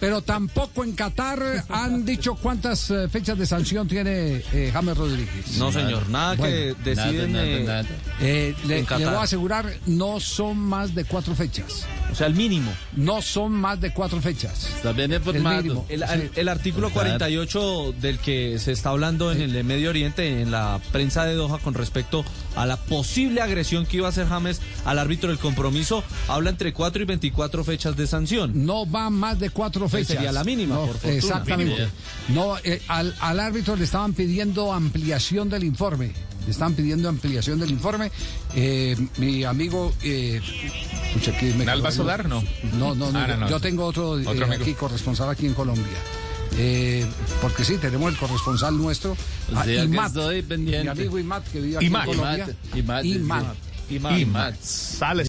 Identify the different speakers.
Speaker 1: Pero tampoco en Qatar han dicho cuántas eh, fechas de sanción tiene eh, James Rodríguez.
Speaker 2: No, señor, nada
Speaker 1: Bueno,
Speaker 2: que deciden.
Speaker 3: nada,
Speaker 2: eh,
Speaker 3: nada.
Speaker 1: Eh, le,
Speaker 2: En Qatar.
Speaker 1: le voy a asegurar, no son más de cuatro fechas.
Speaker 2: O sea, el mínimo.
Speaker 1: No son más de cuatro fechas.
Speaker 3: Está bien
Speaker 1: El mínimo.
Speaker 3: informado.
Speaker 2: El,
Speaker 1: Sí.
Speaker 2: el- el artículo
Speaker 3: Pues claro.
Speaker 2: 48 del que se está hablando en el de Medio Oriente, en la prensa de Doha, con respecto a la posible agresión que iba a hacer James al árbitro del compromiso, habla entre 4 y 24 fechas de sanción.
Speaker 1: No va más de cuatro fechas.
Speaker 2: sería la mínima,
Speaker 1: No,
Speaker 2: por fortuna.
Speaker 1: Exactamente.
Speaker 3: Mínimo.
Speaker 1: No, eh, al, al árbitro le estaban pidiendo ampliación del informe. Le estaban pidiendo ampliación del informe. Eh, mi amigo. Eh, pucha, aquí me-
Speaker 4: ¿Alba Solar? No.
Speaker 1: No, no, no,
Speaker 4: Ah, no, no.
Speaker 1: Yo tengo otro, eh,
Speaker 4: Otro amigo.
Speaker 1: aquí, corresponsal aquí en Colombia. Eh, porque sí, tenemos el corresponsal nuestro. ah,
Speaker 3: sea, que
Speaker 1: Imat,
Speaker 3: estoy pendiente.
Speaker 1: Mi amigo Imat, que vive aquí
Speaker 4: Imat.
Speaker 1: en Colombia.
Speaker 3: Y Matt.
Speaker 1: Imat.
Speaker 3: Y Matt.
Speaker 4: Sales.